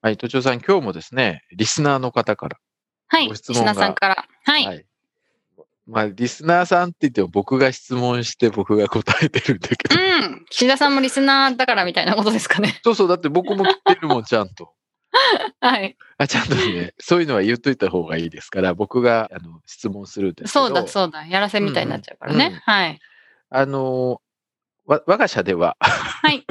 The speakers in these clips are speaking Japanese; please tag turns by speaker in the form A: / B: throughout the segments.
A: はい、都庁さん、今日もですね、リスナーの方から。
B: はい
A: ご質
B: 石
A: 問が
B: 田さんからはい、
A: いまあ、リスナーさんって言っても僕が質問して僕が答えてるんだけど。
B: うん岸田さんもリスナーだからみたいなことですか ね
A: そうそう、だって僕も聞いてるもん、ちゃんと。
B: はい
A: あ、ちゃんと ね、そういうのは言っといた方がいいですから、僕があの質問するんですけど。
B: そうだそうだやらせみたいになっちゃうからね、
A: うんうん
B: はい
A: あの、わ我が社では、
B: はい。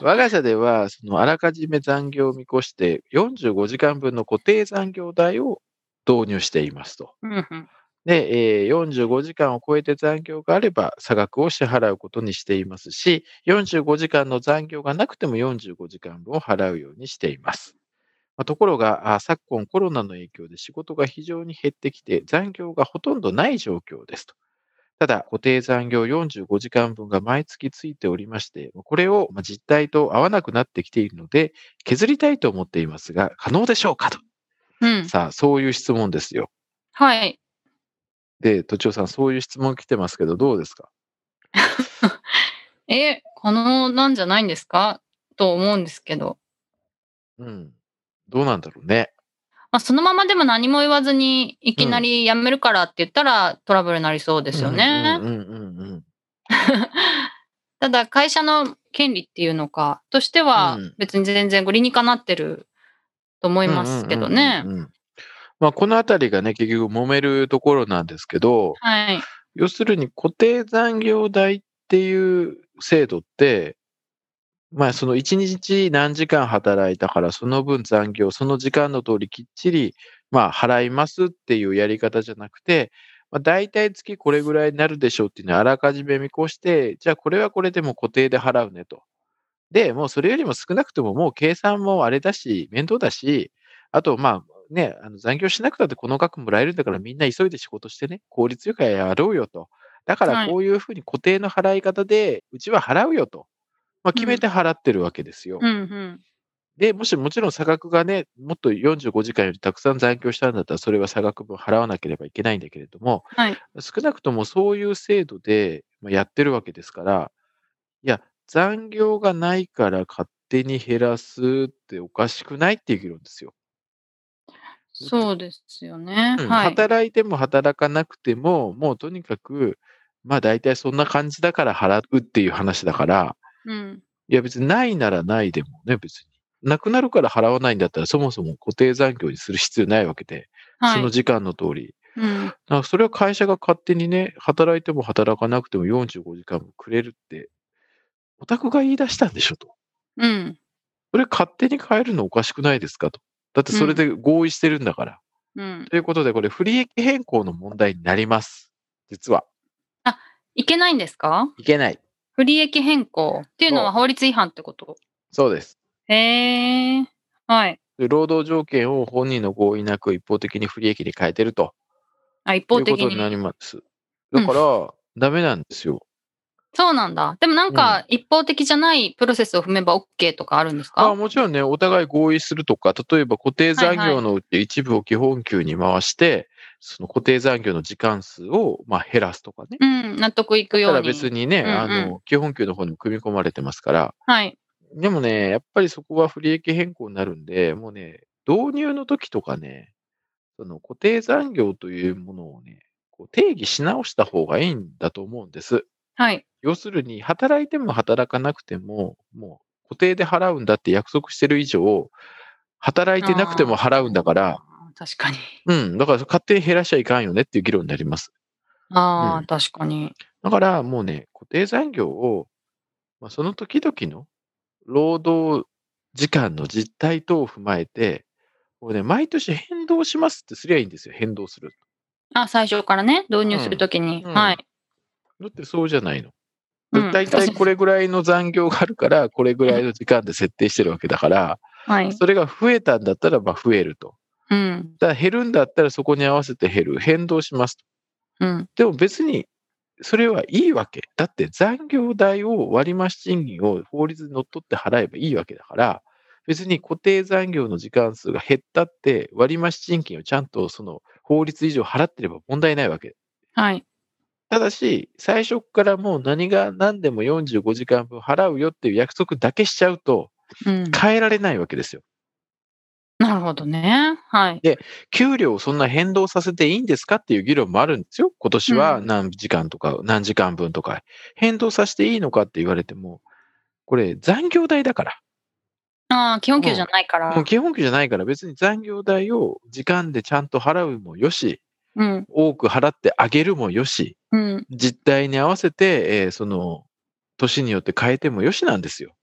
A: 我が社では、そのあらかじめ残業を見越して45時間分の固定残業代を導入していますと。
B: うんうん
A: で、えー45時間を超えて残業があれば差額を支払うことにしていますし、45時間の残業がなくても45時間分を払うようにしています。まあところが、あ昨今コロナの影響で仕事が非常に減ってきて残業がほとんどない状況ですと。ただ、固定残業45時間分が毎月ついておりまして、これをまあ実態と合わなくなってきているので、削りたいと思っていますが、可能でしょうかと。
B: うん。
A: さあ、そういう質問ですよ。
B: はい。
A: で、都庁さん、そういう質問来てますけど、どうですか
B: え、可能なんじゃないんですかと思うんですけど。
A: うん。どうなんだろうね。
B: まあ、そのままでも何も言わずに、いきなり辞めるからって言ったらトラブルになりそうで
A: です
B: よね。
A: うんうんうんうん。
B: ただ、会社の権利っていうのか、としては
A: うん
B: 別に全然理にかなってると思いますけどね
A: うん。うんうんうん。まあ、このあたりがね、結局揉めるところなんですけど、
B: はい。
A: 要するに固定残業代っていう制度って、まあ、その1日何時間働いたから、その分残業、その時間の通りきっちり、まあ、払いますっていうやり方じゃなくて、まあ、大体月これぐらいになるでしょうっていうのをあらかじめ見越して、じゃあこれはこれでもう固定で払うねと。で、もうそれよりも少なくとももう計算もあれだし、面倒だし、あと、まあ、ね、あの残業しなくたってこの額もらえるんだからみんな急いで仕事してね、効率よくやろうよと。だか
B: は
A: ら
B: い
A: こういうふうに固定の払い方で、うちは払うよと。まあ、決めて払ってるわけですよ。
B: うんうん。
A: で、もしもちろん差額がね、もっと45時間よりたくさん残業したんだったら、それは差額分払わなければいけないんだけれども、
B: はい。
A: 少なくともそういう制度でまあやってるわけですから、いや、残業がないから勝手に減らすっておかしくないっていう議論ですよ。
B: そうですよね。
A: うん
B: はい。
A: 働いても働かなくても、もうとにかく、まあ大体そんな感じだから払うっていう話だから、
B: うん。
A: いや別にないならないでもね、別に。なくなるから払わないんだったら、そもそも固定残業にする必要ないわけで、
B: は
A: そ
B: い
A: の。時間の通り。
B: うん
A: だからそれを会社が勝手にね、働いても働かなくても45時間もくれるって、お宅が言い出したんでしょと。
B: うん。
A: それ勝手に変えるのおかしくないですかと。だってそれで合意してるんだから。
B: うん。
A: ということで、これ不利益変更の問題になります。実は。
B: いけないんですか
A: いけない。
B: 不利益変更っていうの
A: そ
B: は
A: う
B: 法律違反ってこと
A: そうです。
B: へえ。はい。
A: で労働条件を本人の合意なく一方的に不利益に変えてると
B: あ、一
A: い
B: 方
A: う
B: 的
A: こと
B: に。
A: になります。だから、ダメなんですよ。
B: そうなんだ。でもなんか、一方的じゃないプロセスを踏めば OK とかあるんです
A: あ
B: か
A: もちろんね、お互い合意するとか、例えば固定残業のうち一部を基本給に回して、その固定残業の時間数をまあ減らすとかね。
B: うん、納得いく
A: た
B: よう
A: だ
B: に。
A: 別にね、
B: うんうん
A: あの、基本給の方にも組み込まれてますから、
B: はい。
A: でもね、やっぱりそこは不利益変更になるんで、もうね、導入の時とかね、その固定残業というものをね、こう定義し直した方がいいんだと思うんです。
B: はい。
A: 要するに、働いても働かなくても、もう固定で払うんだって約束してる以上、働いてなくても払うんだから、
B: あー。確かに。
A: うん、だから勝手に減らしちゃいかんよねっていう議論になります。
B: ああ、
A: うん
B: 確かに。
A: だからもうね、固定残業を、まあ、その時々の労働時間の実態等を踏まえて、もうね、毎年変動しますってすりゃいいんですよ、変動する。
B: あ、最初からね、導入するときに。
A: うんうん
B: はい。
A: だってそうじゃないの。
B: うん
A: 大体これぐらいの残業があるから、これぐらいの時間で設定してるわけだから、
B: はい。
A: それが増えたんだったら、まあ増えると。
B: うん。
A: だから減るんだったらそこに合わせて減る。変動しますと。
B: うん。
A: でも別に、それはいいわけ。だって残業代を割増賃金を法律にのっとって払えばいいわけだから、別に固定残業の時間数が減ったって、割増賃金をちゃんとその法律以上払ってれば問題ないわけ。
B: はい。
A: ただし、最初からもう何が何でも45時間分払うよっていう約束だけしちゃうと、
B: うん。
A: 変えられないわけですよ。
B: なるほどね。はい。
A: 給料をそんな変動させていいんですかっていう議論もあるんですよ。今年は
B: うん
A: 何時間とか何時間分とか。変動させていいのかって言われても、これ残業代だから。
B: ああ、基本給じゃないか
A: もう
B: ら。
A: 基本給じゃないから別に残業代を時間でちゃんと払うもよし、
B: うん。
A: 多く払ってあげるもよし、
B: うん。
A: 実態に合わせて、えーその、年によって変えてもよしなんですよ。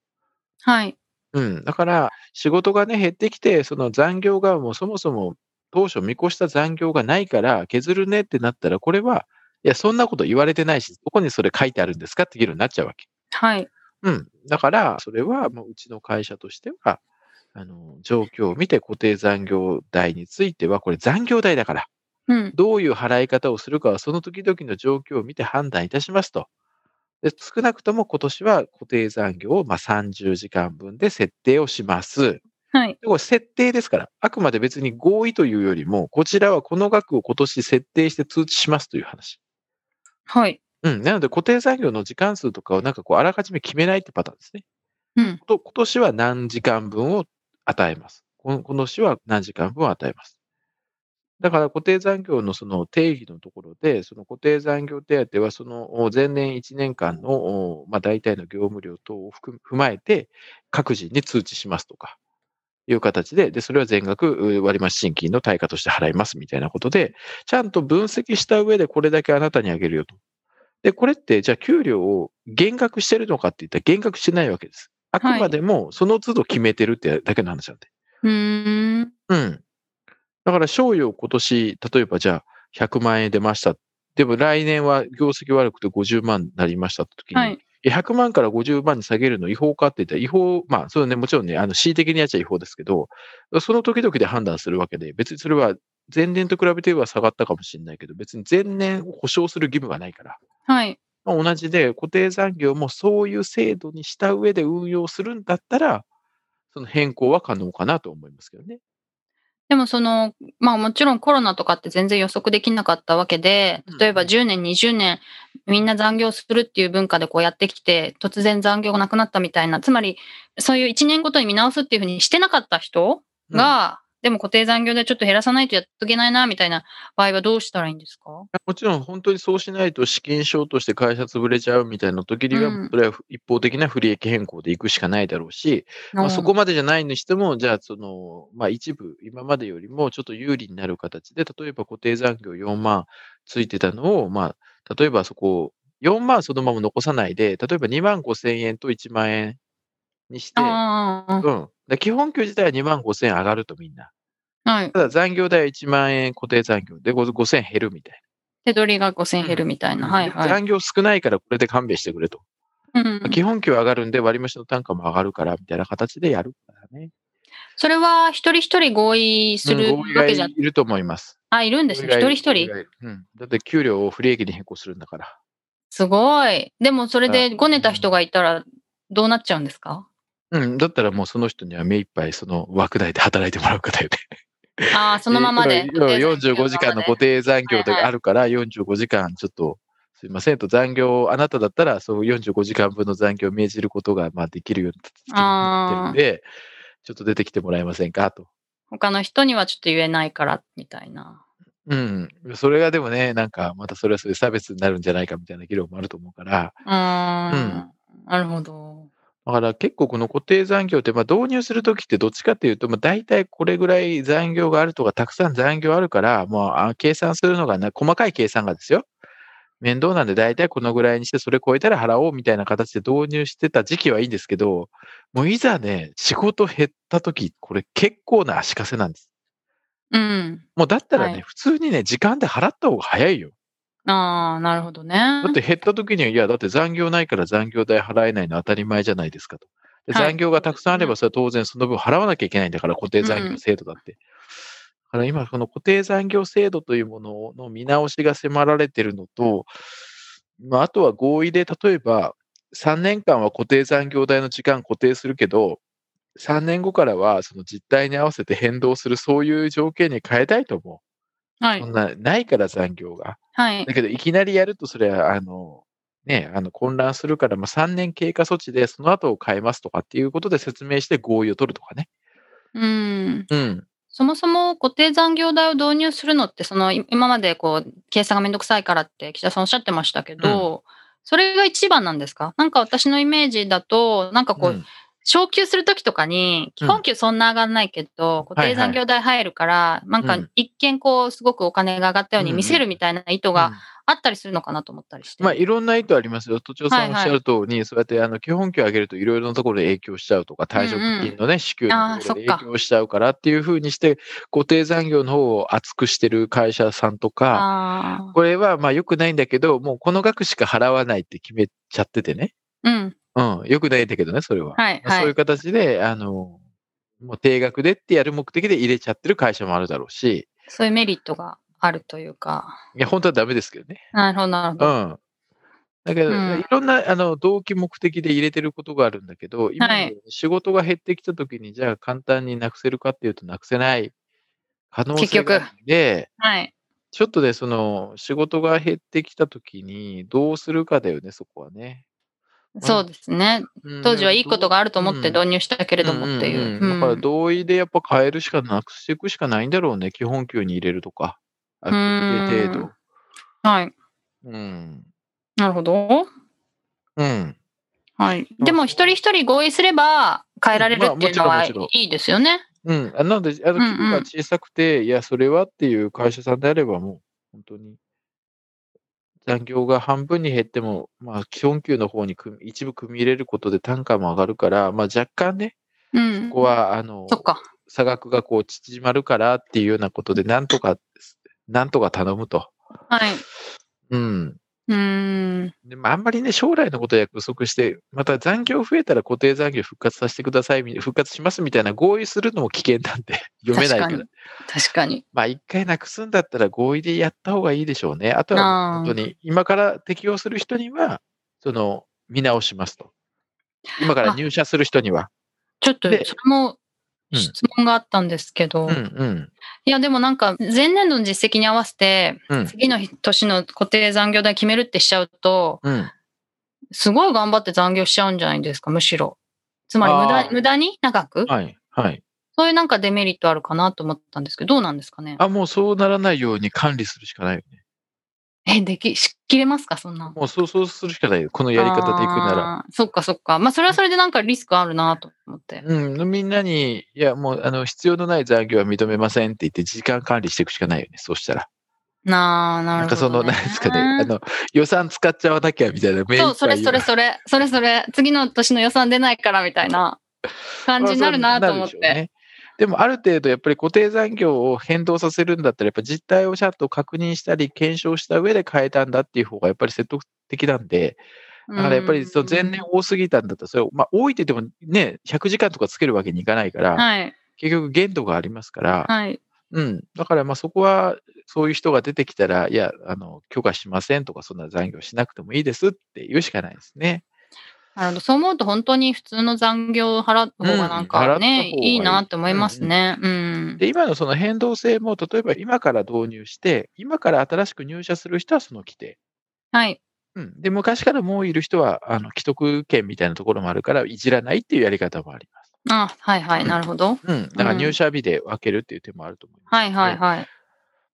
B: はい。
A: うん、だから仕事がね減ってきてその残業がもうそもそも当初見越した残業がないから削るねってなったらこれはいやそんなこと言われてないしどこにそれ書いてあるんですかって議論になっちゃうわけ。
B: はい。
A: うん、だからそれはもううちの会社としてはあの状況を見て固定残業代についてはこれ残業代だから
B: うん。
A: どういう払い方をするかはその時々の状況を見て判断いたしますと。で少なくとも今年は固定残業をまあ30時間分で設定をします。
B: はい。
A: でこれ設定ですから、あくまで別に合意というよりも、こちらはこの額を今年設定して通知しますという話。
B: はい。
A: うん。なので固定残業の時間数とかをなんかこうあらかじめ決めないってパターンですね。
B: うん。
A: と今年は何時間分を与えます。このこの年は何時間分を与えます。だから固定残業のその定義のところで、その固定残業手当はそのお前年1年間の、おまあ、大体の業務量等を含む踏まえて、各人に通知しますとかいう形で、で、それは全額う割増賃金の対価として払いますみたいなことで、ちゃんと分析した上でこれだけあなたにあげるよと。で、これってじゃあ給料を減額してるのかって言ったら減額してないわけです。あくまでもその都度決めてるってだけの話なんで。
B: うーん。
A: うん。だから、賞与を今年、例えばじゃあ100万円出ました。でも来年は業績悪くて50万になりましたって時に、
B: はい。
A: いや100万から50万に下げるの違法かって言ったら違法、まあ、そうね、もちろんね、あの、恣意的にやっちゃ違法ですけど、その時々で判断するわけで、別にそれは前年と比べては下がったかもしれないけど、別に前年を保証する義務がないから。
B: はい。
A: まあ、同じで固定残業もそういう制度にした上で運用するんだったら、その変更は可能かなと思いますけどね。
B: でもその、まあもちろんコロナとかって全然予測できなかったわけで
A: うん、
B: 例えば10年、20年、みんな残業するっていう文化でこうやってきて、突然残業がなくなったみたいな、つまりそういう1年ごとに見直すっていうふうにしてなかった人
A: うん
B: が、でも固定残業でちょっと減らさないとやっとけないな、みたいな場合はどうしたらいいんですか
A: もちろん本当にそうしないと資金ショートして会社潰れちゃうみたいな時に
B: う
A: は
B: ん、
A: それは一方的な不利益変更でいくしかないだろうし、まあ、そこまでじゃないにしても、じゃあ、その、まあ、一部、今までよりもちょっと有利になる形で、例えば固定残業4万ついてたのを、まあ、例えばそこ、4万そのまま残さないで、例えば2万5千円と1万円にして、
B: ああ、
A: うん。で基本給自体は2万5千円上がるとみんな。
B: はい。
A: ただ残業代は1万円固定残業で5 5千円減るみたい
B: 手取りが5000減るみたい
A: な。
B: な。はいはい。
A: 残業少ないからこれで勘弁してくれと。
B: うん
A: 基本給上がるんで割増の単価も上がるからみたいな形でやるからね。
B: それは一人一人合意する
A: うん合意が
B: わけ
A: い
B: じゃ、
A: ると思います。
B: あ、いるんですね。一人一
A: 合意
B: 人
A: が。いる。うん。だって給料を不利益に変更するんだから。
B: すごい。でもそれで
A: うん
B: ごねた人がいたらどうなっちゃうんですか
A: うん。だったらもうその人には目いっぱいその枠内で働いてもらうかだよね。
B: ああ、そのま まで。
A: うん45時間の固
B: 固定
A: 定残業
B: はいは
A: が
B: い
A: あるから、45時間ちょっと、すいませんと残業を、あなただったら、その45時間分の残業を命じることがまあできるようになってるんで、ちょっと出てきてもらえませんかと。
B: 他の人にはちょっと言えないから、みたいな。
A: うん。それがでもね、なんか、またそれはそれで差別になるんじゃないかみたいな議論もあると思うから、
B: うーん。なるほど。
A: だから結構この固定残業って、まあ導入するときってどっちかっていうと、まあ大体これぐらい残業があるとか、たくさん残業あるから、もうあ計算するのがな、細かい計算がですよ。面倒なんで大体このぐらいにして、それ超えたら払おうみたいな形で導入してた時期はいいんですけど、もういざね、仕事減ったとき、これ結構な足かせなんです。
B: うん。
A: もうだったらね、
B: はい
A: 普通にね、時間で払った方が早いよ。
B: ああ、なるほどね。
A: だって減った時には、いや、だって残業ないから残業代払えないの当たり前じゃないですかと。で
B: はい
A: 残業がたくさんあれば、それは当然その分払わなきゃいけないんだから、固定残業制度だって。だから今、この固定残業制度というものの見直しが迫られてるのと、まあ、あとは合意で、例えば、3年間は固定残業代の時間固定するけど、3年後からはその実態に合わせて変動する、そういう条件に変えたいと思
B: は
A: う。そ
B: い
A: ん。な、ないから残業が。
B: はい
A: だ。けど、いきなりやると、それは、あの、ね、あの混乱するから、まあ、3年経過措置で、その後を変えますとかっていうことで説明して合意を取るとかね。
B: うん。
A: うん。
B: そもそも固定残業代を導入するのって、そのい今までこう、計算がめんどくさいからって岸田さんおっしゃってましたけど、それが一番なんですかなんか私のイメージだと、なんかこう、
A: うん
B: 昇給するときとかに、
A: う
B: 基
A: ん
B: 本給そんな上がんないけど、固定残業代入るから、な
A: うん
B: か
A: ん
B: 一見こう、すごくお金が上がったように見せるみたいな意図
A: うん
B: があったりするのかなと思ったりして。
A: まあ、いろんな意図ありますよ。都庁さんお
B: はいは
A: っ
B: い
A: しゃる通り、そうやってあの基本給上げるといろいろなところで影響しちゃうとか、退職金のね、支給のところで
B: あーそっか
A: 影響しちゃうからっていうふうにして、固定残業の方を厚くしてる会社さんとか、
B: あ
A: これはまあ良くないんだけど、もうこの額しか払わないって決めちゃっててね。
B: ーうん。
A: うん、良くないんだけどね、それは。
B: はい。
A: まあ
B: は
A: そういう
B: い。
A: 形で、あの、もう定額でってやる目的で入れちゃってる会社もあるだろうし、
B: そういうメリットがあるというか。
A: いや、本当はダメですけどね。
B: なるほど、なるほ
A: う
B: ど。
A: ん。だけど、
B: うん
A: いろんなあの動機目的で入れてることがあるんだけど、今のように仕事が減ってきたときに、じゃあ簡単になくせるかっていうとなくせない可能性があるので、
B: はい。
A: ちょっとね、その仕事が減ってきたときにどうするかだよね、そこはね。
B: そうですね。
A: うん
B: 当時はいいことがあると思って
A: うん
B: 導入したけれどもっていう。
A: んんんだから
B: うん
A: 同意でやっぱ変えるしかなくしていくしかないんだろうね、基本給に入れるとか、ある程度。
B: はい。
A: うん。
B: なるほど。
A: うん。
B: はい。でも、一人一人合意すれば変えられるっていうの
A: まあ
B: は
A: も
B: い
A: ちろんもち
B: いですよね。
A: うん、あなので、あの、
B: うんうん
A: 規模が小さくて、いや、それはっていう会社さんであれば、もう、本当に、残業が半分に減っても、まあ、基本給の方に組み一部組み入れることで単価も上がるから、まあ、若干ね、
B: うん。
A: ここは、あの
B: そ、っか。
A: 差額がこう、縮まるからっていうようなことで、なんとか、なんとか頼むと。
B: はい。
A: うん。
B: うーん。
A: でもあんまりね、将来のことを約束して、また残業増えたら固定残業復活させてください、み復活しますみたいな合意するのも危険なんで、 読めないから
B: 確。かに。確かに。
A: まあ、一回なくすんだったら合意でやった方がいいでしょうね。あとは
B: あー
A: 本当に、今から適用する人には、その、見直しますと。今から
B: あ
A: 入社する人には。
B: ちょっと、そ
A: で
B: れも
A: うん
B: 質問があったんですけ
A: う
B: ど、
A: んうん。
B: いや、でもなんか、前年度の実績に合わせて、
A: うん
B: 次の年の固定残業代決めるってしちゃうと、
A: うん。
B: すごい頑張って残業しちゃうんじゃないですか、むしろ。つまり無
A: あ
B: 駄
A: ー
B: 無駄に長く、
A: はい。はい。
B: そういうなんかデメリットあるかなと思ったんですけど、どうなんですかね。
A: あ、もうそうならないように管理するしかないよね。
B: え、でき、しきれますか、そんな。
A: もうそう、そうするしかないよ。このやり方でいくなら。
B: あー。そっかそっか。まあ、それはそれでなんかリスクあるなと思って。
A: うん。みんなに、いや、もう、あの、必要のない残業は認めませんって言って、時間管理していくしかないよね。そうしたら。
B: なあ、な
A: な
B: る
A: んか
B: ほ
A: その、
B: ど、ね。
A: なんですかね。あの、予算使っちゃわなきゃみたいな。目いっぱい
B: そう、それ
A: 言う
B: それそれ、それそれ、次の年の予算出ないからみたいな感じになるなと思っ
A: まあそうなるでしょう
B: て。
A: ねでもある程度やっぱり固定残業を変動させるんだったらやっぱ実態をちゃんと確認したり検証した上で変えたんだっていう方がやっぱり説得的なんでだからやっぱりその前年
B: うん
A: 多すぎたんだったらそれをまあ多いって言ってもね100時間とかつけるわけにいかないから
B: はい、
A: 結局限度がありますから
B: はい。
A: うんだからまあそこはそういう人が出てきたらいやあの許可しませんとかそんな残業しなくてもいいですって言うしかないですね。
B: なるほど。そう思うと本当に普通の残業を払った方がな
A: うん払っ
B: ん
A: た
B: か
A: 方が
B: ね、
A: いい
B: いいなって思いますね。うん、
A: で、今のその変動性も、例えば今から導入して、今から新しく入社する人はその規定。
B: はい。
A: うん。で、昔からもういる人は、あの、既得権みたいなところもあるから、いじらないっていうやり方もあります。
B: あ、はいはい。なるほど。
A: うん。だから
B: うん
A: 入社日で分けるっていう手もあると思います。
B: はいはいはい。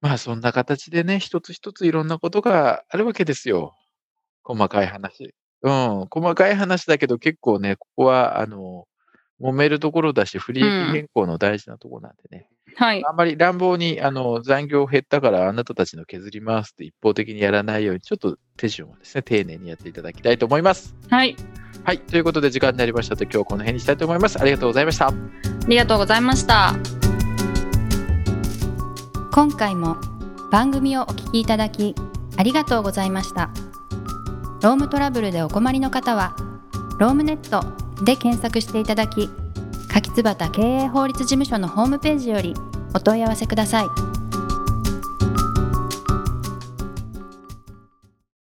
A: まあ、そんな形でね、一つ一ついろんなことがあるわけですよ。細かい話。うん。細かい話だけど、結構ね、ここは、あの、揉めるところだし、不利益
B: うん
A: 変更の大事なところなんでね。
B: はい。
A: あんまり乱暴にあの残業減ったからあなたたちの削りますって一方的にやらないようにちょっと手順をですね丁寧にやっていただきたいと思います。
B: はい。
A: はい、ということで時間になりましたので今日はこの辺にしたいと思います。ありがとうございました。
B: ありがとうございました。
C: 今回も番組をお聞きいただきありがとうございましたロームトラブルでお困りの方はロームネットで検索していただき柿椿経営法律事務所のホームページよりお問い合わせください。